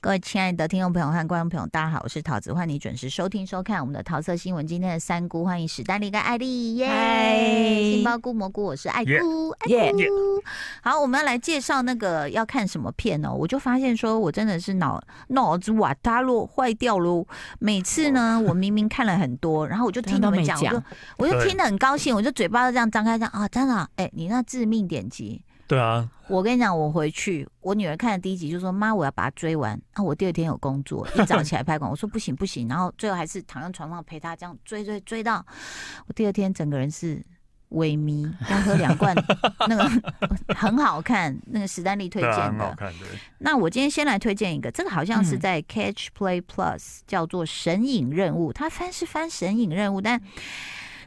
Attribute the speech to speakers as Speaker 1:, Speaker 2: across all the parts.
Speaker 1: 各位亲爱的听众朋友和观众朋友，大家好，我是桃子，欢迎你准时收听收看我们的桃色新闻。今天的三姑，欢迎史丹利跟艾丽，耶、
Speaker 2: 嗨
Speaker 1: 杏鲍菇蘑菇，我是艾菇，艾菇。
Speaker 2: 耶
Speaker 1: 好，我们要来介绍那个要看什么片哦。我就发现说，我真的是脑脑子瓦塔洛坏掉喽。每次呢，我明明看了很多，然后我就听你们讲，
Speaker 2: 哦但都没
Speaker 1: 我就我就
Speaker 3: 对
Speaker 1: 听得很高兴，我就嘴巴就这样张开，这样啊，真的啊，哎、你那致命点击。
Speaker 3: 对啊，
Speaker 1: 我跟你讲，我回去，我女儿看了第一集就说：“妈，我要把它追完。”啊，我第二天有工作，一早起来拍广告，我说不行不行，然后最后还是躺在床上陪她这样追追追到我第二天整个人是萎靡，刚喝两罐那个 很好看，那个史丹利推
Speaker 3: 对
Speaker 1: 荐
Speaker 3: 啊，很
Speaker 1: 的。
Speaker 3: 好看，对，
Speaker 1: 那我今天先来推荐一个，这个好像是
Speaker 2: 嗯
Speaker 1: 在 Catch Play Plus 叫做《神隐任务》，它翻是翻《神隐任务》，但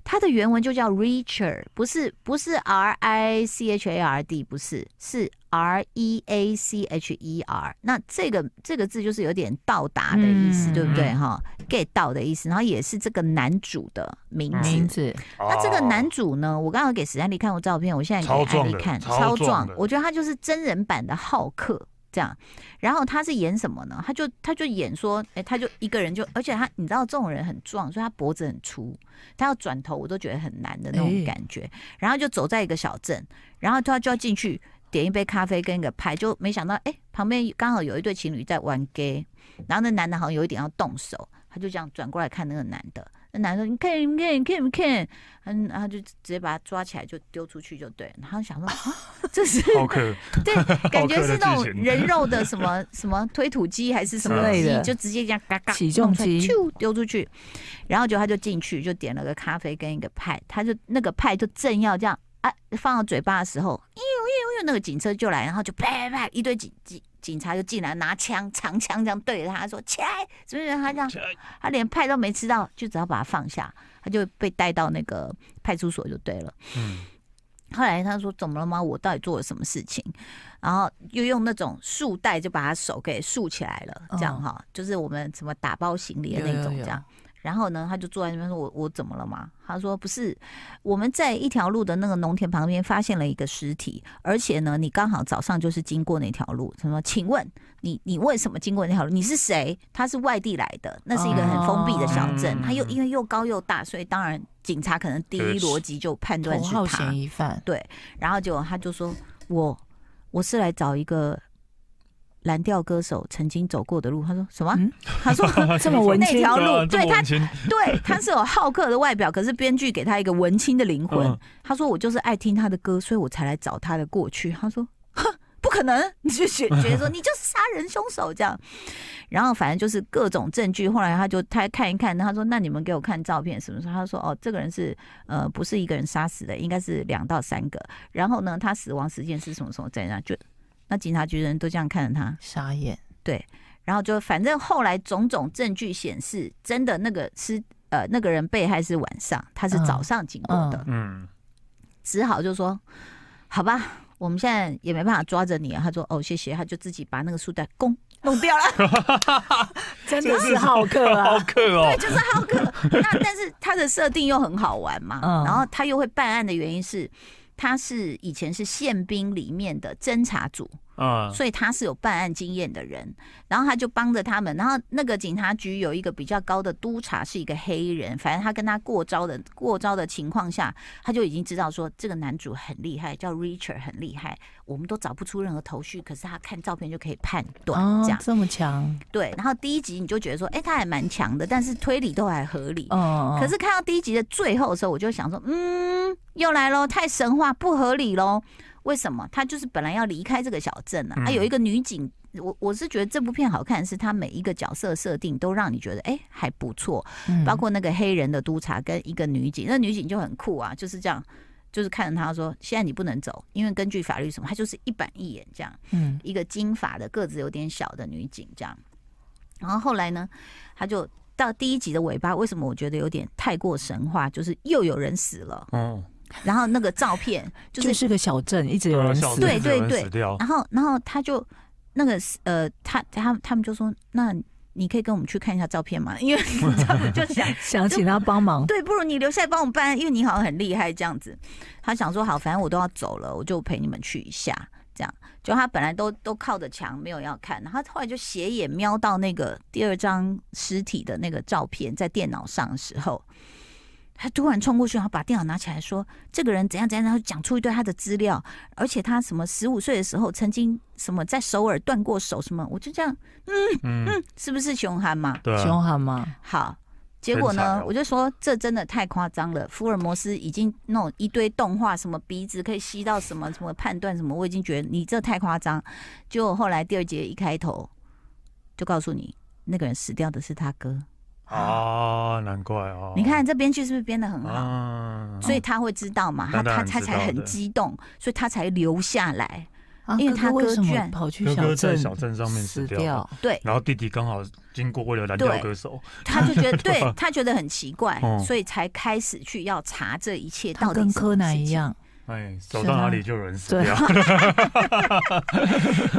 Speaker 1: 它的原文就叫 Richard，不是不是 R I C H A R D，不是是 R E A C H E R。那这个这个字就是有点到达的意思，
Speaker 2: 嗯
Speaker 1: 对不对哈？get 到的意思，然后也是这个男主的名字。
Speaker 3: 嗯
Speaker 2: 名字
Speaker 1: 那这个男
Speaker 3: 哦
Speaker 1: 主呢？我刚刚给史丹利看过照片，我现在给
Speaker 3: 超
Speaker 1: 艾
Speaker 3: 壮
Speaker 1: 丽
Speaker 3: 的
Speaker 1: 看，
Speaker 3: 超
Speaker 1: 超
Speaker 3: 壮
Speaker 1: 壮
Speaker 3: 的。
Speaker 1: 我觉得他就是真人版的浩克这样。然后他是演什么呢？他就他就演说，哎、他就一个人就，而且他你知道这种人很壮，所以他脖子很粗，他要转头我都觉得很难的那种
Speaker 2: 哎
Speaker 1: 感觉。然后就走在一个小镇，然后他就要进去点一杯咖啡跟一个派，就没想到哎、旁边刚好有一对情侣在玩 gay，然后那男的好像有一点要动手，他就这样转过来看那个男的，那男的说你看你看你看你看，嗯，然后就直接把他抓起来就丢出去就对了，然后想说、啊、这是
Speaker 3: 浩克，
Speaker 1: 对，感觉是那种
Speaker 3: 好客的剧情啊
Speaker 1: 人肉的什么 什么推土机还是什么
Speaker 3: 之
Speaker 2: 类
Speaker 1: 机
Speaker 2: 的，
Speaker 1: 就直接这样嘎嘎
Speaker 2: 起
Speaker 1: 弄
Speaker 2: 重机
Speaker 1: 出来啾丢出去，然后就他就进去就点了个咖啡跟一个派，他就那个派就正要这样啊放到嘴巴的时候，哎呦呦呦那个警车就来，然后就啪啪啪一堆警警警察就进来拿枪长枪这样对着他说起来，怎么怎么他这样
Speaker 3: 起来
Speaker 1: 他连派都没吃到，就只要把他放下，他就被带到那个派出所就对了。
Speaker 3: 嗯，
Speaker 1: 后来他说：“怎么了吗？我到底做了什么事情？”然后又用那种束带就把他手给束起来了，这样
Speaker 2: 嗯
Speaker 1: 哈，就是我们什么打包行李的那种
Speaker 2: 有有有
Speaker 1: 这样。然后呢，他就坐在那边说：“我我怎么了吗？”他说：“不是，我们在一条路的那个农田旁边发现了一个尸体，而且呢，你刚好早上就是经过那条路。他说：‘请问你你为什么经过那条路？你是谁？’他是外地来的，那是一个很封闭的小镇，
Speaker 3: 哦
Speaker 1: 他
Speaker 2: 嗯
Speaker 1: 又因为又高又大，所以当然警察可能第一
Speaker 3: 对
Speaker 1: 逻辑就判断
Speaker 2: 头
Speaker 1: 是
Speaker 2: 号
Speaker 1: 他。
Speaker 2: 嫌疑犯，
Speaker 1: 然后结果他就说：“我我是来找一个蓝调歌手曾经走过的路。”他说：“什么？”
Speaker 2: 嗯
Speaker 1: 他说
Speaker 2: 这么文
Speaker 1: 那
Speaker 2: 青
Speaker 1: 条路，
Speaker 3: 对
Speaker 1: 对
Speaker 3: 啊这么
Speaker 1: 他
Speaker 3: 文，青
Speaker 1: 对他是有好客的外表，可是编剧给他一个文青的灵魂。
Speaker 3: 嗯
Speaker 1: 他说：“我就是爱听他的歌，所以我才来找他的过去。”他说：“哼，不可能！” 你就觉觉得说你就是杀人凶手这样。然后反正就是各种证据。后来他就他看一看，他说：“那你们给我看照片什么时候？”他说：“哦，这个人是呃不是一个人杀死的，应该是两到三个。然后呢，他死亡时间是什么什么怎样？就那警察局的人都这样看着他。”
Speaker 2: 傻眼，
Speaker 1: 然后就反正后来种种证据显示，真的那个是呃那个人被害是晚上，他是早上经过的，
Speaker 3: 嗯，
Speaker 1: 只好就说好吧，我们现在也没办法抓着你、啊。他说哦谢谢，他就自己把那个束带弓弄掉了，
Speaker 2: 真的是好客
Speaker 3: 浩
Speaker 2: 啊！
Speaker 3: 克哦，
Speaker 1: 就是浩克。那但是他的设定又很好玩嘛，
Speaker 2: 嗯
Speaker 1: 然后他又会办案的原因是。他是以前是宪兵里面的侦查组，
Speaker 3: 啊，
Speaker 1: 所以他是有办案经验的人，然后他就帮着他们。然后那个警察局有一个比较高的督察是一个黑人，反正他跟他过招的过招的情况下，他就已经知道说这个男主很厉害，叫 Richard 很厉害，我们都找不出任何头绪，可是他看照片就可以判断
Speaker 2: 哦
Speaker 1: 这样。
Speaker 2: 这么强，
Speaker 1: 对，然后第一集你就觉得说，哎、他还蛮强的，但是推理都还合理。
Speaker 2: 嗯，嗯
Speaker 1: 可是看到第一集的最后的时候，我就想说，嗯，又来喽，太神话不合理喽。为什么？他就是本来要离开这个小镇啊，
Speaker 3: 嗯
Speaker 1: 啊有一个女警。我我是觉得这部片好看，是它每一个角色设定都让你觉得哎、还不错，
Speaker 2: 嗯
Speaker 1: 包括那个黑人的督察跟一个女警，那女警就很酷啊，就是这样，就是看着他说现在你不能走，因为根据法律什么，他就是一板一眼这样。
Speaker 2: 嗯
Speaker 1: 一个金发的个子有点小的女警这样。然后后来呢，他就到第一集的尾巴，为什么我觉得有点太过神话？就是又有人死了，
Speaker 3: 哦，
Speaker 1: 然后那个照片就是，
Speaker 2: 就是个小镇，一直有
Speaker 3: 对
Speaker 2: 人
Speaker 3: 啊，
Speaker 2: 死
Speaker 3: 小，
Speaker 1: 对啊
Speaker 3: 镇有人死掉，
Speaker 1: 然后然后他就那个呃，他他他们就说，那你可以跟我们去看一下照片吗？因为 他们就想
Speaker 2: 想请他帮忙，
Speaker 1: 对，不如你留下来帮我们办案，因为你好像很厉害这样子。他想说好，反正我都要走了，我就陪你们去一下。这这样。就他本来都都靠着墙，没有要看，然后他后来就斜眼瞄到那个第二张尸体的那个照片在电脑上的时候，他突然冲过去，然后把电脑拿起来说：“这个人怎样怎样。”然后讲出一堆他的资料，而且他什么十五岁的时候曾经什么在首尔断过手什么，我就这样，
Speaker 3: 嗯，
Speaker 1: 是不是熊寒嘛？
Speaker 3: 对啊，
Speaker 2: 凶悍吗？
Speaker 1: 好，结果
Speaker 3: 很惨
Speaker 1: 呢
Speaker 3: 哦，
Speaker 1: 我就说这真的太夸张了。福尔摩斯已经那种一堆动画，什么鼻子可以吸到什么什么判断什么，我已经觉得你这太夸张。结果后来第二节一开头就告诉你，那个人死掉的是他哥。
Speaker 3: 啊，难怪哦。
Speaker 1: 你看这编剧是不是编的很好？
Speaker 3: 啊，
Speaker 1: 所以他会知道嘛，他
Speaker 3: 那当
Speaker 1: 他
Speaker 3: 然
Speaker 1: 他
Speaker 3: 知道
Speaker 1: 才很
Speaker 3: 的
Speaker 1: 激动，所以他才留下来。
Speaker 2: 啊
Speaker 1: 因为他
Speaker 2: 为
Speaker 1: 哥
Speaker 2: 什
Speaker 1: 居
Speaker 2: 么
Speaker 1: 然
Speaker 2: 跑去
Speaker 3: 哥哥在
Speaker 2: 镇
Speaker 3: 小镇上面死
Speaker 2: 死
Speaker 3: 掉
Speaker 2: 掉？
Speaker 1: 对，
Speaker 3: 然后弟弟刚好经过，为了蓝调歌手，
Speaker 1: 他就觉得对他觉得很奇怪，
Speaker 3: 嗯
Speaker 1: 所以才开始去要查这一切
Speaker 2: 他
Speaker 1: 到底
Speaker 2: 跟
Speaker 1: 什么
Speaker 2: 柯南
Speaker 1: 事
Speaker 2: 一
Speaker 1: 情
Speaker 2: 样，
Speaker 3: 哎，
Speaker 1: 啊
Speaker 3: 走到哪里就有人死掉。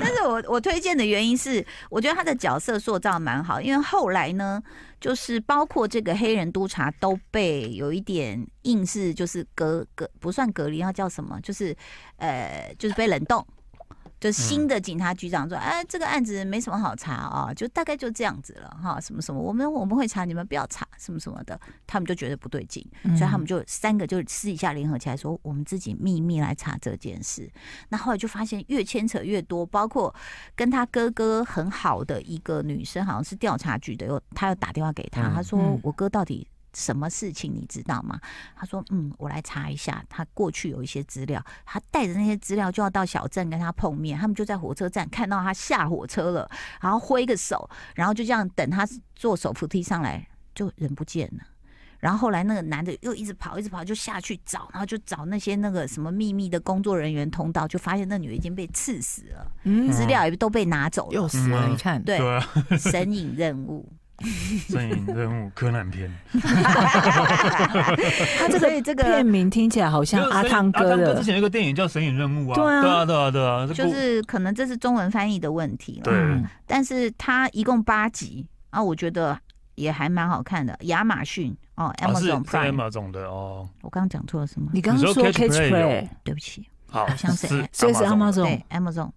Speaker 1: 但是我我推荐的原因是，我觉得他的角色塑造蛮好，因为后来呢，就是包括这个黑人督察都被有一点硬是就是隔隔不算隔离，要叫什么？就是呃，就是被冷冻。就是新的警察局长说：“哎、这个案子没什么好查啊、就大概就这样子了哈，什么什么，我们我们会查，你们不要查，什么什么的。”他们就觉得不对劲，所以他们就三个就私底下联合起来说，我们自己秘密来查这件事。那后来就发现越牵扯越多，包括跟他哥哥很好的一个女生，好像是调查局的，又他又打电话给他，
Speaker 3: 嗯
Speaker 1: 他说
Speaker 2: 嗯：“
Speaker 1: 我哥到底什么事情你知道吗？”他说：“嗯，我来查一下，他过去有一些资料，他带着那些资料就要到小镇跟他碰面，他们就在火车站看到他下火车了，然后挥个手，然后就这样等他坐手扶梯上来，就人不见了。”然后后来那个男的又一直跑，一直跑，就下去找，然后就找那些那个什么秘密的工作人员通道，就发现那女的已经被刺死了，
Speaker 2: 嗯
Speaker 1: 资料也都被拿走了。
Speaker 2: 又死了，
Speaker 3: 嗯
Speaker 2: 你看，
Speaker 1: 对，
Speaker 3: 对啊，
Speaker 1: 神隐任务。
Speaker 3: 阵营任务柯南篇，
Speaker 1: 他
Speaker 2: 这个
Speaker 1: 所以这
Speaker 2: 片
Speaker 1: 个
Speaker 2: 名听起来好像阿汤哥
Speaker 3: 阿汤哥
Speaker 2: 的
Speaker 3: 之，前有一个电影叫《神隐任务》啊，
Speaker 2: 对啊
Speaker 3: 对啊，对啊，对啊，这
Speaker 1: 就
Speaker 3: 部
Speaker 1: 是可能这是中文翻译的问题了。
Speaker 3: 对
Speaker 2: 嗯
Speaker 1: 但是它一共八集啊，我觉得也还蛮好看的。亚马逊哦
Speaker 3: 啊是
Speaker 1: ，Amazon
Speaker 3: 是
Speaker 1: Prime，、
Speaker 3: Amazon 的哦，
Speaker 1: 我刚刚讲错了什么？
Speaker 2: 你刚刚
Speaker 3: 你
Speaker 2: 说
Speaker 3: 说
Speaker 2: Catch
Speaker 3: Catch Play
Speaker 2: Play，
Speaker 1: 对不起，
Speaker 3: 好
Speaker 1: 好像是
Speaker 2: 所以是
Speaker 3: Amazon 的
Speaker 2: Amazon
Speaker 1: 对 Amazon。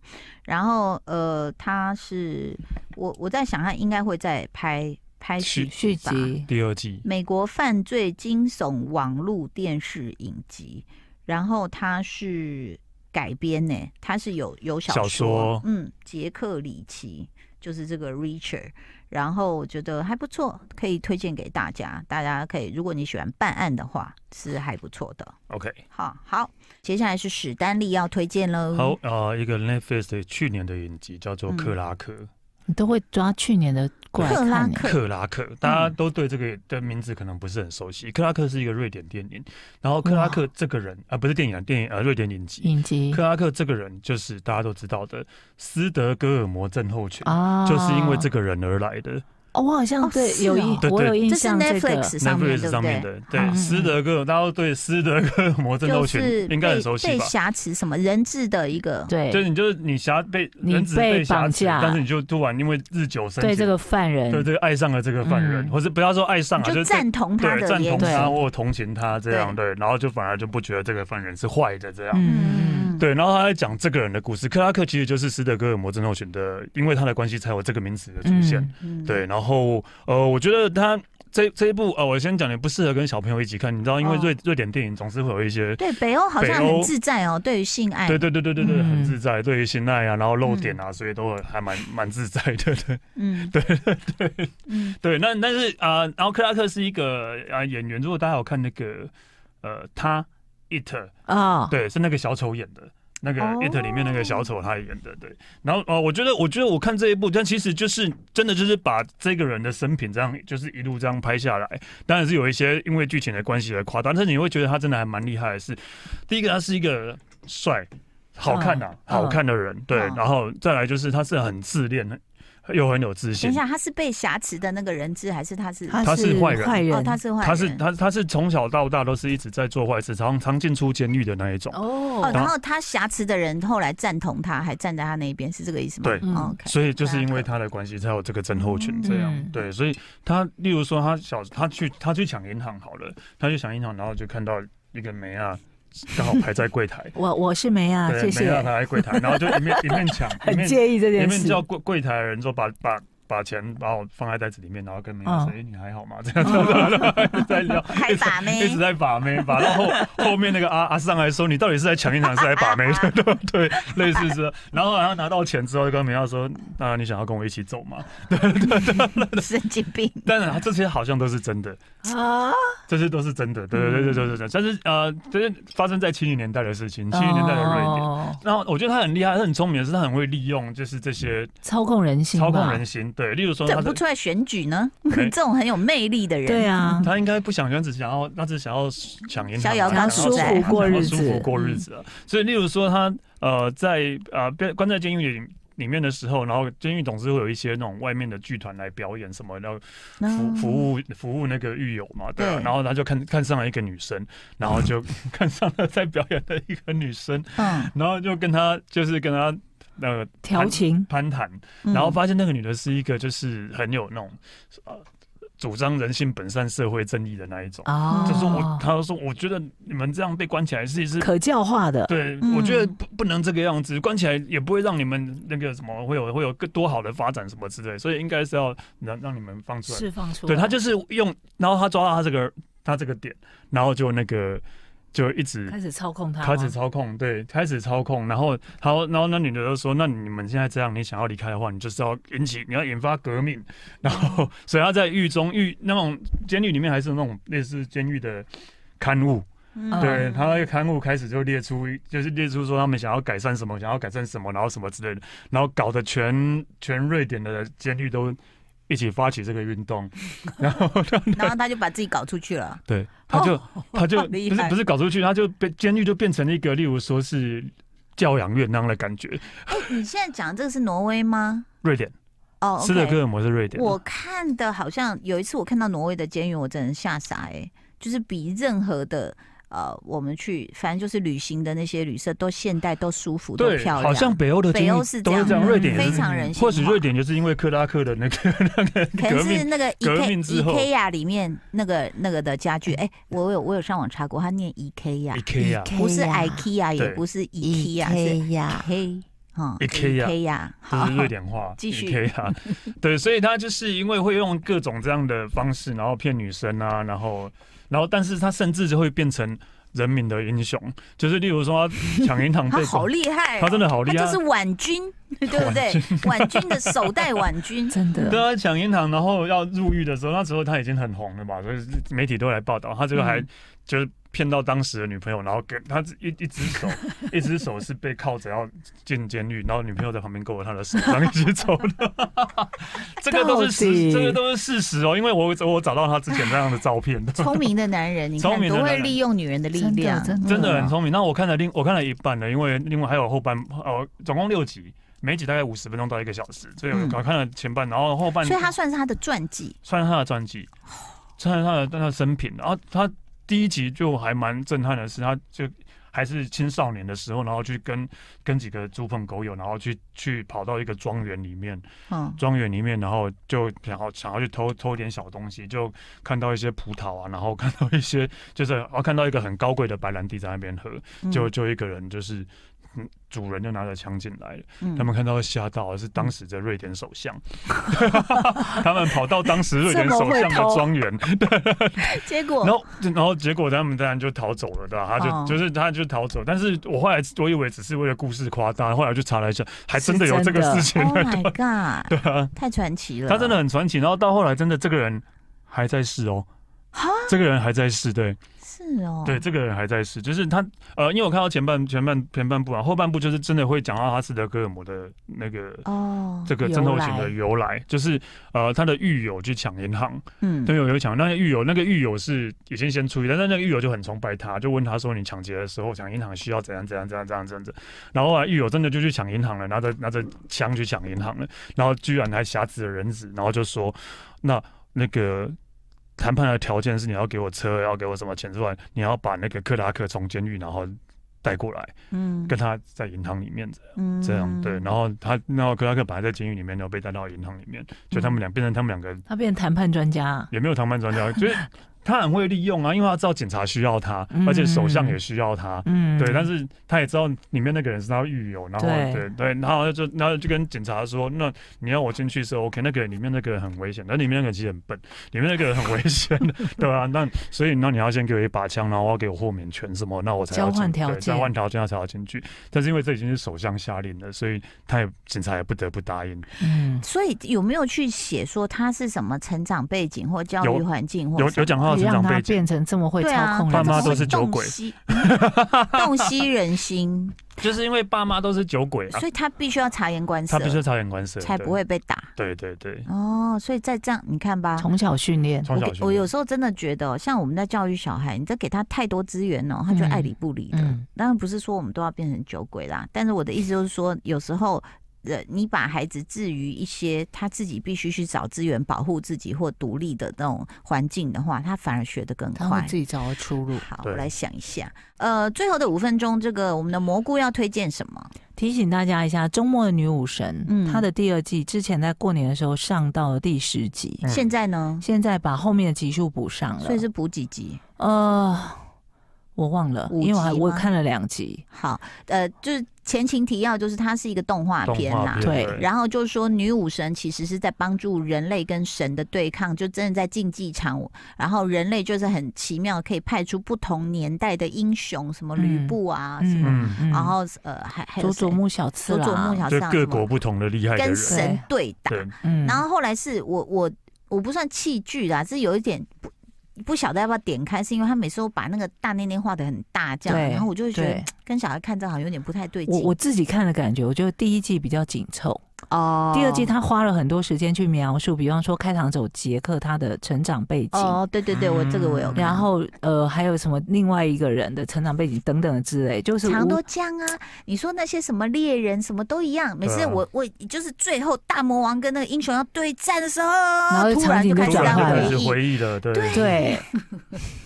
Speaker 1: 然后呃，它是我我在想，它应该会再拍拍续
Speaker 2: 续
Speaker 1: 吧
Speaker 2: 集，
Speaker 3: 第二季，
Speaker 1: 美国犯罪惊悚网络电视影集，然后它是改编呢，它是有有小说，
Speaker 3: 小说
Speaker 1: 嗯，杰克里奇就是这个 Richard，然后我觉得还不错，可以推荐给大家，大家可以，如果你喜欢办案的话，是还不错的。
Speaker 3: OK，
Speaker 1: 好，好，接下来是史丹利要推荐喽。
Speaker 3: 好，呃，一个 Netflix 的去年的影集叫做
Speaker 1: 嗯
Speaker 3: 《克拉克》，
Speaker 2: 你都会抓去年的过来
Speaker 1: 克拉
Speaker 2: 看欸。
Speaker 1: 克，
Speaker 3: 克拉克，大家都对这个的名字可能不是很熟悉。克拉克是一个瑞典电影，然后克拉克这个人啊、不是电影啊，电影呃，瑞典影集。
Speaker 2: 影集
Speaker 3: 克拉克这个人就是大家都知道的斯德哥尔摩症候群，
Speaker 2: 啊
Speaker 3: 就是因为这个人而来的。
Speaker 2: 哦，我好像
Speaker 1: 哦
Speaker 2: 对
Speaker 1: 是
Speaker 2: 有
Speaker 1: 哦
Speaker 2: 印，
Speaker 3: 对
Speaker 2: 我
Speaker 3: 对
Speaker 2: 有印
Speaker 1: 这是
Speaker 2: 象这个
Speaker 1: Netflix 上面
Speaker 3: Netflix 上面的，对
Speaker 1: 好
Speaker 3: 斯德哥尔，大家都对斯德哥尔摩症候
Speaker 1: 就
Speaker 3: 群
Speaker 1: 是
Speaker 3: 应该
Speaker 1: 被
Speaker 3: 很熟悉
Speaker 1: 被
Speaker 3: 吧？
Speaker 1: 挟持什么人质的一个
Speaker 3: 就
Speaker 2: 对
Speaker 3: 是你就是你挟被
Speaker 2: 你
Speaker 3: 人质
Speaker 2: 被
Speaker 3: 被挟
Speaker 2: 绑
Speaker 3: 持，
Speaker 2: 架
Speaker 3: 但是你就突然因为日久生
Speaker 2: 对
Speaker 3: 情，
Speaker 2: 这个犯
Speaker 3: 对
Speaker 2: 人
Speaker 3: 这个爱上了这个犯人，
Speaker 2: 嗯
Speaker 3: 或是不要说爱上
Speaker 1: 你就
Speaker 3: 啊，
Speaker 1: 是赞同他
Speaker 3: 对，
Speaker 1: 的
Speaker 3: 赞
Speaker 1: 言
Speaker 3: 同
Speaker 2: 对
Speaker 3: 他
Speaker 1: 行，
Speaker 3: 或同情他这样对，然后就反而就不觉得这个犯人是坏的这样。
Speaker 2: 嗯
Speaker 3: 对，然后他在讲这个人的故事，克拉克其实就是斯德哥尔摩症候群的，因为他的关系才有这个名词的出现。
Speaker 2: 嗯，
Speaker 1: 嗯
Speaker 3: 对，然后呃，我觉得他这这一部呃，我先讲也不适合跟小朋友一起看，你知道，因为
Speaker 1: 哦
Speaker 3: 瑞、瑞典电影总是会有一些。
Speaker 1: 对，北欧好像
Speaker 3: 北
Speaker 1: 很
Speaker 3: 欧
Speaker 1: 自在哦，对于性爱。
Speaker 3: 对对对对对对，
Speaker 2: 嗯
Speaker 3: 很自在，对于性爱啊，然后露点啊，所以都还蛮蛮自在的。对
Speaker 1: 嗯，对对对，嗯，
Speaker 3: 对，那但是啊、呃然后克拉克是一个啊、呃演员，如果大家有看那个呃，他 It
Speaker 2: 啊，
Speaker 3: 对，是那个小丑演的，那个
Speaker 1: 哦
Speaker 3: 《It》里面那个小丑他演的，对。然后呃，我觉得，我觉得我看这一部，但其实就是真的就是把这个人的生平这样，就是一路这样拍下来。当然是有一些因为剧情的关系而夸大，但是你会觉得他真的还蛮厉害的是，第一个他是一个帅、好看呐、
Speaker 2: 嗯
Speaker 3: 好看的人，对。
Speaker 1: 嗯
Speaker 3: 然后再来就是他是很自恋，很又很有自
Speaker 1: 等
Speaker 3: 信
Speaker 1: 一。下，他是被挟持的那个人质，还是他是？
Speaker 3: 他是
Speaker 2: 是
Speaker 3: 坏人
Speaker 2: 坏
Speaker 1: 哦，
Speaker 2: 人，
Speaker 1: 他是坏人，
Speaker 3: 他是他他是从小到大都是一直在做坏事，常常进出监狱的那一种。
Speaker 1: 哦，
Speaker 2: 哦，
Speaker 1: 然后他挟持的人后来赞同他，还站在他那边，是这个意思吗？
Speaker 3: 对
Speaker 2: 嗯
Speaker 1: 哦，OK，
Speaker 3: 所以就是因为他的关系，才有这个症候群这样。
Speaker 2: 嗯，
Speaker 3: 对，所以他，例如说他小，他去他去抢银行好了，他去抢银行，然后就看到一个梅啊刚好排在柜台
Speaker 2: 我我是没 啊，
Speaker 3: 对，
Speaker 2: 谢
Speaker 3: 没让
Speaker 2: 谢，
Speaker 3: 他在柜台，然后就一面一面抢，一
Speaker 2: 很
Speaker 3: 面
Speaker 2: 介意这
Speaker 3: 一
Speaker 2: 件
Speaker 3: 面
Speaker 2: 事
Speaker 3: 叫。柜柜台的人说把把。把钱把我放在袋子里面，然后跟美女说：“
Speaker 2: 嗯
Speaker 3: 哎、你还好吗？” 这样子，然后在 聊，
Speaker 1: 还把
Speaker 3: 一
Speaker 1: 妹
Speaker 3: 直，在把妹，把到后后面那个阿阿尚还说你到底是在抢银行是在把妹， 对对，类似这样。然后然后拿到钱之后，就跟梅亚说：“那、你想要跟我一起走吗
Speaker 1: 神经病。？”
Speaker 3: 但是这些好像都是真的，
Speaker 2: 啊，
Speaker 3: 这些都是真的，对对对对对对对。但是呃，这是发生在七零年代的事情，七零年
Speaker 2: 哦
Speaker 3: 代的瑞典。
Speaker 2: 典，
Speaker 3: 然后我觉得他很厉害，他很聪明，是他很会利用就是这些
Speaker 2: 操控人心，
Speaker 3: 操控人，心。对，例如说哦他
Speaker 1: 怎么
Speaker 3: 的
Speaker 1: 不出来选举呢？
Speaker 3: 没
Speaker 1: 这种很有魅力的人，
Speaker 2: 对啊，
Speaker 3: 他应该不想，原只想要，他只想要抢银行，
Speaker 1: 逍遥港
Speaker 3: 然后舒
Speaker 1: 主宰
Speaker 3: 服
Speaker 2: 过日
Speaker 3: 舒
Speaker 2: 子
Speaker 3: 服过日子啊。所以，例如说他呃，在呃被关在监狱里里面的时候，然后监狱总是会有一些那种外面的剧团来表演什么，然后服
Speaker 1: 嗯
Speaker 3: 服务服务那个狱友嘛，对啊。
Speaker 1: 对
Speaker 3: 然后他就看看上了一个女生，然后就 看上了在表演的一个女生，
Speaker 1: 嗯，
Speaker 3: 然后就跟他就是跟他呃
Speaker 2: 调情，
Speaker 3: 攀谈，
Speaker 1: 嗯
Speaker 3: 然后发现那个女的是一个就是很有那种呃主张人性本善、社会正义的那一种。
Speaker 2: 哦，
Speaker 3: 就是我，他就说，我觉得你们这样被关起来是是，
Speaker 2: 可教化的，
Speaker 3: 对、
Speaker 1: 嗯
Speaker 3: 我觉得不不能这个样子，关起来也不会让你们那个什么会有会有更多好的发展什么之类，所以应该是要让让你们放出来。
Speaker 2: 释放出来，
Speaker 3: 对他就是用，然后他抓到他这个他这个点，然后就那个就一直
Speaker 2: 开始操控他吗，
Speaker 3: 开始操控，对，开始操控，然后，然后，然后那女的就说：“那你们现在这样，你想要离开的话，你就是要引起，你要引发革命。”然后，所以他在狱中狱那种监狱里面还是有那种类似监狱的刊物，
Speaker 1: 嗯
Speaker 3: 对，他那个刊物开始就列出，就是列出说他们想要改善什么，想要改善什么，然后什么之类的，然后搞得全全瑞典的监狱都一起发起这个运动，然后
Speaker 1: 然后他就把自己搞出去 了。
Speaker 3: 对，他就、他就
Speaker 1: 好哦厉
Speaker 3: 不是
Speaker 1: 害
Speaker 3: 不是搞出去，他就被监狱就变成了一个，例如说是教养院那样的感觉。
Speaker 1: 哎，你现在讲这个是挪威吗？
Speaker 3: 瑞典，
Speaker 1: 哦，
Speaker 3: 斯德哥尔摩是瑞典。
Speaker 1: 我看的好像有一次我看到挪威的监狱，我真的吓傻哎、就是比任何的呃，我们去反正就是旅行的那些旅社都现代、都舒服、都
Speaker 3: 对，
Speaker 1: 漂亮。
Speaker 3: 好像北欧的
Speaker 1: 北
Speaker 3: 监
Speaker 1: 欧
Speaker 3: 狱
Speaker 1: 是
Speaker 3: 都是
Speaker 1: 这
Speaker 3: 这
Speaker 1: 样
Speaker 3: 样，瑞典也
Speaker 1: 非
Speaker 3: 是
Speaker 1: 常人性化
Speaker 3: 或许瑞典就是因为克拉克的那个那个
Speaker 1: 可
Speaker 3: 革
Speaker 1: 能是
Speaker 3: 命，
Speaker 1: 那个
Speaker 3: 革
Speaker 1: E
Speaker 3: 命
Speaker 1: K
Speaker 3: 之
Speaker 1: E
Speaker 3: 后嗯
Speaker 1: K 呀里面那个那个的家具，哎、我有我有上网查过，它念 E K 呀，
Speaker 3: IKEA
Speaker 1: 不是 IKEA 也
Speaker 3: 对
Speaker 1: 不是
Speaker 2: E
Speaker 1: IKEA，是 K 哈 E
Speaker 3: IKEA
Speaker 1: K 呀，
Speaker 3: 就
Speaker 1: 好
Speaker 3: 是，瑞典话，
Speaker 1: 继续
Speaker 3: K 啊， 对，所以他就是因为会用各种这样的方式，然后骗女生啊，然后，然后，但是他甚至就会变成人民的英雄，就是例如说他抢银行 被
Speaker 1: 他好厉害哦、
Speaker 3: 嗯他真的好
Speaker 1: 他
Speaker 3: 厉害，啊
Speaker 1: 就是婉君， 对不对？婉君的首代婉君，
Speaker 2: 真的，
Speaker 3: 对啊，抢银行，然后要入狱的时候，那时候他已经很红了嘛，所以媒体都来报道。他这个还
Speaker 2: 嗯
Speaker 3: 就是骗到当时的女朋友，然后跟他一一只手，一只手是被铐着要进监狱，然后女朋友在旁边勾着他的手，然后一起走的。这个都是
Speaker 2: 到
Speaker 3: 事，
Speaker 2: 底
Speaker 3: 这个都是事实哦，因为我我找到他之前那样的照 片的。
Speaker 1: 聪明的男人，你
Speaker 3: 聪
Speaker 1: 看
Speaker 3: 明的
Speaker 1: 多
Speaker 3: 男
Speaker 1: 会
Speaker 3: 人
Speaker 1: 利用女人的力
Speaker 2: 真
Speaker 1: 量
Speaker 2: 的，真的
Speaker 3: 真的很聪明。那我看了另我看了一半了，因为另外还有后半，呃，总共六集，每一集大概五十分钟到一个小时，所以
Speaker 1: 嗯
Speaker 3: 我看了前半，然后后半。
Speaker 1: 所以他算是他的传记。
Speaker 3: 算是他的传记，算是他的他的生平。然后他第一集就还蛮震撼的是，他就还是青少年的时候，然后去跟跟几个猪朋狗友，然后去去跑到一个庄园里面，
Speaker 1: 嗯，
Speaker 3: 庄园里面，然后就想要想要去偷偷点小东西，就看到一些葡萄啊，然后看到一些 就是啊看到一个很高贵的白兰地在那边喝，
Speaker 1: 嗯
Speaker 3: 就就一个人就是。嗯主人就拿着枪进来了，
Speaker 1: 嗯
Speaker 3: 他们看到吓到的是当时的瑞典 首相，他们跑到当时瑞典首相的庄园，
Speaker 1: 结果
Speaker 3: 然后然后结果他们当然就逃走了，对吧？他就、
Speaker 1: 哦
Speaker 3: 就是他就逃走，但是我后来我以为只是为了故事夸大，后来去查了一下，还真的有这个事情，
Speaker 1: Oh my God！对啊，太传奇了。
Speaker 3: 他真的很传奇。然后到后来真的这个人还在世哦
Speaker 1: 哈。
Speaker 3: 这个人还在世，对
Speaker 1: 是哦，
Speaker 3: 对，，这个人还在世，就是他，呃，因为我看到前半前半前半部啊，后半部就是真的会讲到他斯德哥尔摩的那个
Speaker 1: 哦，
Speaker 3: 这个
Speaker 2: 由
Speaker 3: 战斗型的
Speaker 2: 来
Speaker 3: 由来，就是呃，他的狱友去抢银行，
Speaker 1: 嗯，
Speaker 3: 对，有有抢，那个狱友那个狱友是已经先出狱，但是那个狱友就很崇拜他，就问他说：“你抢劫的时候抢银行需要怎样怎样怎样怎样怎样怎样？”然后啊，狱友真的就去抢银行了，拿着拿着枪去抢银行了，然后居然还挟持了人质，然后就说：“那那个。”谈判的条件是你要给我车，要给我什么钱之外，你要把那个克拉克从监狱然后带过来，
Speaker 1: 嗯
Speaker 3: 跟他在银行里面
Speaker 1: 嗯
Speaker 3: 这样对，然后他然后克拉克本来在监狱里面，然后被带到银行里面，就他们俩变成他们两个
Speaker 2: 他变谈判专家，
Speaker 3: 也没有谈判专家，就是他很会利用啊，因为他知道警察需要他，
Speaker 2: 嗯
Speaker 3: 而且首相也需要他。
Speaker 2: 嗯，
Speaker 3: 对，但是他也知道里面那个人是他的狱友，然后
Speaker 2: 对
Speaker 3: 对对，然后就然后就跟警察说，那你要我进去是 OK，那个人里面那个人很危险，但里面那个人其实很笨，里面那个人很危险，对啊，那所以那你要先给我一把枪，然后要给我豁免权什么，那我才要
Speaker 2: 交换
Speaker 3: 进
Speaker 2: 条
Speaker 3: 对
Speaker 2: 件
Speaker 3: 交换条件他才要进去。但是因为这已经是首相下令了，所以他也警察也不得不答应。
Speaker 2: 嗯，
Speaker 1: 所以有没有去写说他是什么成长背景或教育
Speaker 3: 有
Speaker 1: 环境或
Speaker 3: 有
Speaker 1: 什
Speaker 3: 有
Speaker 1: 么
Speaker 3: 讲他的成
Speaker 2: 让
Speaker 3: 长
Speaker 2: 他
Speaker 3: 背景，
Speaker 2: 变成这么会
Speaker 1: 对
Speaker 2: 操
Speaker 1: 啊，
Speaker 2: 控
Speaker 1: 他
Speaker 2: 人
Speaker 3: 爸
Speaker 1: 怎
Speaker 3: 妈
Speaker 1: 么
Speaker 2: 的
Speaker 3: 都
Speaker 1: 会
Speaker 2: 心，
Speaker 3: 是酒
Speaker 1: 洞
Speaker 3: 鬼
Speaker 1: 悉，洞悉人心，
Speaker 3: 就是因为爸妈都是酒鬼 啊，
Speaker 1: 所以他必须要察言观色
Speaker 3: 他，必须察言观色，
Speaker 1: 才
Speaker 3: 对
Speaker 1: 不。会被打。
Speaker 3: 对对对，
Speaker 1: 哦，所以再这样，你看吧，
Speaker 2: 从小训练，
Speaker 3: 从小
Speaker 1: 我给我有时候真的觉得哦，像我们在教育小孩，你再给他太多资源哦，他就爱理不理的。
Speaker 2: 嗯
Speaker 1: 当然不是说我们都要变成酒鬼啦，但是我的意思就是说，有时候。呃，你把孩子置于一些他自己必须去找资源保护自己或独立的那种环境的话，他反而学得更
Speaker 2: 他会
Speaker 1: 快
Speaker 2: 自。己找到出路。
Speaker 1: 好，我
Speaker 3: 对
Speaker 1: 来想一下。呃，最后的五分钟，这个我们的蘑菇要推荐什么？
Speaker 2: 提醒大家一下，《周末的女武神》
Speaker 1: 嗯
Speaker 2: 它的第二季之前在过年的时候上到了第十集，
Speaker 3: 嗯
Speaker 1: 现在呢？
Speaker 2: 现在把后面的集数补上了。
Speaker 1: 所以是补几集？
Speaker 2: 呃，我忘了，
Speaker 1: 五
Speaker 2: 因为我还
Speaker 1: 集吗
Speaker 2: 我看了两集。
Speaker 1: 好，呃，就是前情提要，就是它是一个动画
Speaker 3: 动
Speaker 1: 片
Speaker 3: 画
Speaker 1: 啦
Speaker 3: 片。
Speaker 2: 对
Speaker 1: 然后就说女武神其实是在帮助人类跟神的对抗，就真的在竞技场，然后人类就是很奇妙，可以派出不同年代的英雄，什么吕布啊，什么，
Speaker 3: 嗯
Speaker 1: 然后呃还还有
Speaker 2: 佐佐
Speaker 1: 谁
Speaker 2: 木啊小次
Speaker 1: 佐
Speaker 2: 郎，
Speaker 1: 佐木小次
Speaker 3: 就
Speaker 1: 郎
Speaker 3: 各
Speaker 1: 什么
Speaker 3: 国不同的厉害的
Speaker 1: 跟
Speaker 3: 人，
Speaker 1: 神对打，
Speaker 3: 对，
Speaker 2: 嗯
Speaker 1: 然后后来是我我我不算弃剧啦，是有一点不不晓得要不要点开，是因为他每次都把那个大内内画的很大这样，
Speaker 2: 对
Speaker 1: 然后我就会觉得
Speaker 2: 对
Speaker 1: 跟小孩看这好像有点不太对
Speaker 2: 我
Speaker 1: 劲。
Speaker 2: 我自己看的感觉，我觉得第一季比较紧凑，
Speaker 1: 哦
Speaker 2: 第二季他花了很多时间去描述，比方说开膛手杰克他的成长背景，
Speaker 1: 哦，对对对，我这个我有看，
Speaker 2: 然后呃还有什么另外一个人的成长背景等等的之类，就是
Speaker 1: 长
Speaker 2: 无
Speaker 1: 多江啊，你说那些什么猎人什么都一样，每次
Speaker 3: 对啊
Speaker 1: 我、我就是最后大魔王跟那个英雄要对战的时候，
Speaker 2: 后
Speaker 1: 突
Speaker 2: 场
Speaker 1: 然
Speaker 2: 景
Speaker 1: 就开
Speaker 2: 就
Speaker 3: 突
Speaker 1: 始
Speaker 2: 转
Speaker 1: 在
Speaker 3: 然
Speaker 2: 换
Speaker 3: 开
Speaker 2: 了
Speaker 3: 始
Speaker 1: 回忆，
Speaker 3: 回忆了，对
Speaker 2: 对，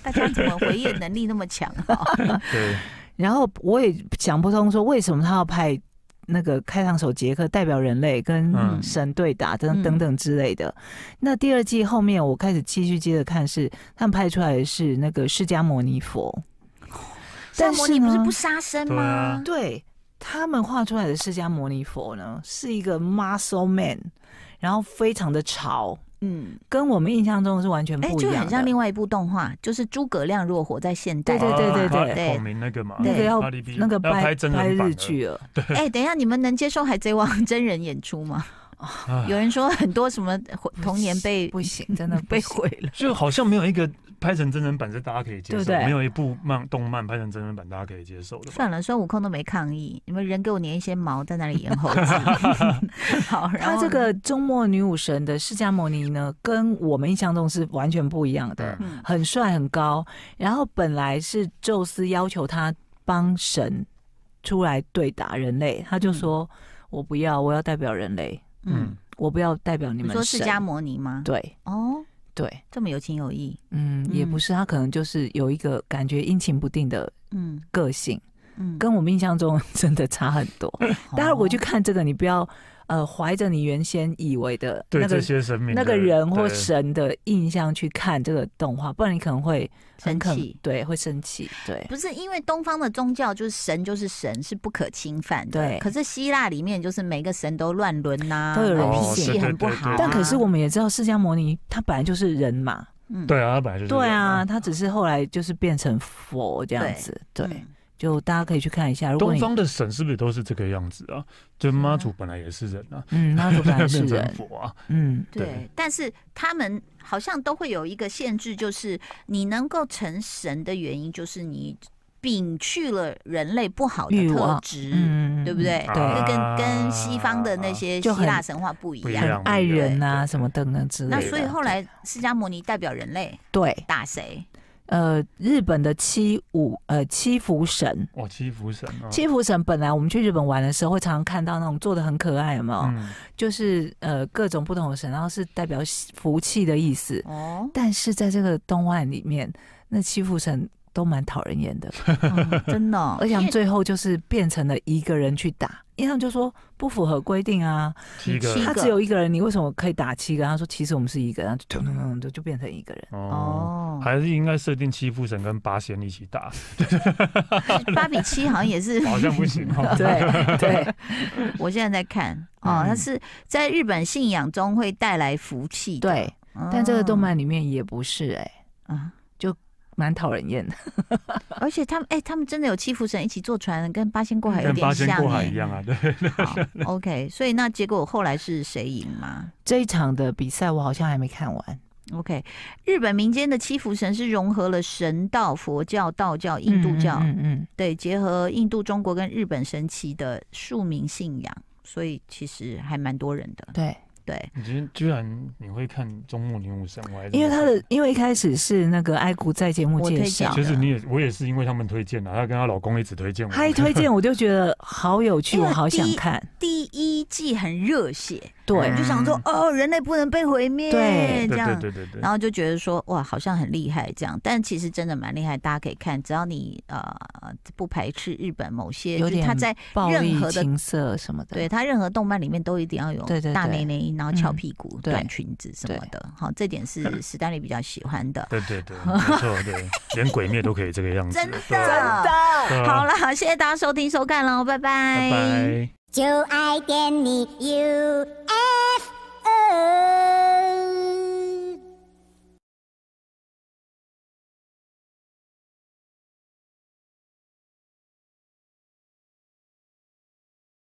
Speaker 1: 大家怎么回忆的能力那么 强、啊？
Speaker 3: 对，
Speaker 2: 然后我也想不通，说为什么他要派那个开膛手杰克代表人类跟
Speaker 3: 嗯
Speaker 2: 神对打等
Speaker 1: 嗯
Speaker 2: 等等之类的。那第二季后面我开始继续接着看是，他们拍出来的是那个释迦牟尼佛，
Speaker 1: 但
Speaker 2: 但
Speaker 1: 魔
Speaker 2: 是
Speaker 1: 你不是
Speaker 2: 呢
Speaker 1: 不杀生
Speaker 3: 对
Speaker 1: 吗
Speaker 3: 啊？
Speaker 2: 对他们画出来的释迦牟尼佛呢，是一个 muscle man，然后非常的潮，
Speaker 1: 嗯，
Speaker 2: 跟我们印象中是完全
Speaker 1: 哎、
Speaker 2: 啊不一
Speaker 1: 就
Speaker 2: 样的。
Speaker 1: 很像另外一部动画，就是诸葛亮如果活在现代。
Speaker 2: 对对对对对
Speaker 3: 啊
Speaker 1: 对
Speaker 3: 孔明那个嘛，
Speaker 1: 那个
Speaker 2: 要
Speaker 3: 哈利比
Speaker 2: 那个
Speaker 3: 要
Speaker 2: 拍
Speaker 3: 拍真人版
Speaker 2: 日
Speaker 3: 的
Speaker 2: 剧了，
Speaker 1: 哎、等一下，你们能接受《海贼王》真人演出吗？
Speaker 3: 啊
Speaker 1: 有人说很多什么童年被
Speaker 2: 不行，真的
Speaker 1: 被
Speaker 2: 不行
Speaker 1: 毁了。
Speaker 3: 就好像没有一个拍成真人版是大家可以接
Speaker 2: 对不
Speaker 3: 受，
Speaker 2: 对
Speaker 3: 没有一部漫动漫拍成真人版大家可以接受的吧。
Speaker 1: 算了，孙悟空都没抗议，你们人给我粘一些毛，在那里演 猴子。 好，然
Speaker 2: 她
Speaker 1: 后
Speaker 2: 这个周末女武神的释迦牟尼呢，跟我们印象中是完全不一样的，
Speaker 3: 啊
Speaker 1: 嗯
Speaker 2: 很帅很高。然后本来是宙斯要求他帮神出来对打人类，他就说：“我不要，我要代表人类，
Speaker 1: 嗯，
Speaker 3: 嗯，
Speaker 2: 我不要代表你
Speaker 1: 你
Speaker 2: 们。”
Speaker 1: 说释迦摩尼吗？
Speaker 2: 对
Speaker 1: 哦，
Speaker 2: 对，
Speaker 1: 这么有情有义，
Speaker 2: 嗯，也
Speaker 1: 嗯
Speaker 2: 不是，他可能就是有一个感觉阴晴不定的
Speaker 1: 嗯
Speaker 2: 个性，
Speaker 1: 嗯，哦
Speaker 2: 跟我们印象中 真的差很多。
Speaker 3: 嗯
Speaker 1: 好
Speaker 2: 待会儿我去
Speaker 3: 哦
Speaker 2: 看这个，你不要呃怀着你原先以为的
Speaker 3: 对
Speaker 2: 那个
Speaker 3: 这些神明的
Speaker 2: 那个人或
Speaker 3: 对
Speaker 2: 神的印象去看这个动画，不然你可能会很
Speaker 1: 生
Speaker 2: 可能
Speaker 1: 气。
Speaker 2: 对，会生气，对，
Speaker 3: 啊
Speaker 1: 不是因为东方的宗教就是神就是神是不可侵犯的，
Speaker 2: 对
Speaker 1: 可是希腊里面就是每个神都乱伦呐，
Speaker 2: 都有人
Speaker 1: 然后脾
Speaker 2: 性
Speaker 1: 气很不好啊。
Speaker 3: 哦对
Speaker 2: 但可是我们也知道释迦牟尼他本来就是人嘛，
Speaker 1: 嗯
Speaker 3: 对啊，他本来就是
Speaker 2: 对
Speaker 3: 人
Speaker 2: 啊，，他只是后来就是变成佛这样子，对，
Speaker 1: 嗯
Speaker 2: 就大家可以去看一下，如果
Speaker 3: 东
Speaker 2: 你
Speaker 3: 方的神是不是都是这个样子啊？就妈祖本来也是人啊，
Speaker 2: 嗯，那就本来是
Speaker 3: 变成
Speaker 2: 人，
Speaker 3: 佛啊，
Speaker 2: 嗯，
Speaker 1: 对
Speaker 3: 对，
Speaker 1: 但是他们好像都会有一个限制，就是你能够成神的原因，就是你摒去了人类不好的
Speaker 2: 欲
Speaker 1: 特
Speaker 2: 望
Speaker 1: 质，
Speaker 2: 嗯，
Speaker 1: 对不对？
Speaker 3: 啊
Speaker 1: 这
Speaker 2: 对，
Speaker 1: 跟跟西方的那些希
Speaker 2: 就很
Speaker 1: 腊神话不一
Speaker 3: 不一
Speaker 1: 样。
Speaker 3: 样
Speaker 2: 很爱人啊什么等等之类
Speaker 1: 那
Speaker 2: 的。
Speaker 1: 所以后来释迦牟尼代表人类
Speaker 2: 对，
Speaker 1: 打谁？
Speaker 2: 呃，日本的七武呃七福神，
Speaker 3: 哇，七福神啊，
Speaker 2: 七福神本来我们去日本玩的时候，会常常看到那种做的很可爱，有没有？
Speaker 3: 嗯，
Speaker 2: 就是呃各种不同的神，然后是代表喜福气的意思。
Speaker 1: 哦，
Speaker 2: 但是在这个动漫里面，那七福神都蛮讨人厌的，
Speaker 1: 嗯真的哦、
Speaker 2: 而且他
Speaker 1: 因
Speaker 2: 们
Speaker 1: 为
Speaker 2: 最后就是变成了一个人去打，因为他们就说不符合规定啊，
Speaker 3: 七个
Speaker 1: 七
Speaker 2: 他
Speaker 1: 个
Speaker 2: 只有一个人，你为什么可以打七个？他说其实我们是一个，然后就咚咚咚就就变成一个人。
Speaker 3: 哦，
Speaker 1: 哦，
Speaker 3: 还是应该设定七副神跟八仙一起 打，
Speaker 1: 八比七好像也是
Speaker 3: 好像不行哦。
Speaker 2: 对对，
Speaker 1: 我现在在看哦，
Speaker 3: 嗯
Speaker 1: 它是在日本信仰中会带来福气的。
Speaker 2: 对
Speaker 1: 哦，
Speaker 2: 但这个动漫里面也不是哎、
Speaker 1: 啊，
Speaker 2: 蛮讨人厌的。
Speaker 1: 而且他们哎、他们真的有七福神一起坐船，跟八仙过海有
Speaker 3: 跟
Speaker 1: 点
Speaker 3: 八仙
Speaker 1: 像、
Speaker 3: 过海
Speaker 1: 哎
Speaker 3: 一样啊，对，
Speaker 1: 好 ，OK，所以那结果后来是谁赢吗
Speaker 2: 这一场的比赛我好像还没看完，
Speaker 1: ？OK，日本民间的七福神是融合了神道、佛教、道教、印度教，
Speaker 2: 嗯嗯嗯
Speaker 1: 对，结合印度、中国跟日本神奇的庶民信仰，所以其实还蛮多人的。
Speaker 2: 对，
Speaker 1: 对，
Speaker 3: 你居居然你会看中目女武神，我还真
Speaker 2: 因为他的
Speaker 3: 不
Speaker 2: 因为一开始是那个爱谷在节目
Speaker 1: 我
Speaker 2: 介
Speaker 1: 推
Speaker 2: 绍
Speaker 1: 荐
Speaker 3: 知道。其实你也我也是因为他们推荐的，她跟她老公一直推荐我。
Speaker 2: 他一推荐我就觉得好有趣，
Speaker 1: 因为
Speaker 2: 我好想
Speaker 1: 第一
Speaker 2: 看。
Speaker 1: 第一季很热血，
Speaker 2: 对
Speaker 1: 我，就想说，哦，人类不能被毁灭，
Speaker 2: 对
Speaker 1: 这
Speaker 3: 嗯对
Speaker 1: 样
Speaker 3: 对。对对对，
Speaker 1: 然后就觉得说哇，好像很厉害这样，但其实真的蛮厉害，大家可以看，只要你呃不排斥日本某些，
Speaker 2: 有
Speaker 1: 就是
Speaker 2: 点
Speaker 1: 他在
Speaker 2: 暴
Speaker 1: 任
Speaker 2: 力
Speaker 1: 何的
Speaker 2: 情色什么的，
Speaker 1: 对他任何动漫里面都一定要有
Speaker 2: 对对对
Speaker 1: 大内内衣，然后翘
Speaker 2: 嗯
Speaker 1: 屁股、
Speaker 2: 对
Speaker 1: 短裙子什么的，好，这点 是史丹利比较喜欢的。
Speaker 3: 对对对，没错，对，连鬼灭都可以这个样子，
Speaker 1: 真的
Speaker 3: 对啊对啊
Speaker 1: 好啦，谢谢大家收听收看喽，拜
Speaker 3: 拜拜。
Speaker 1: 拜
Speaker 4: 就爱点你 UFO。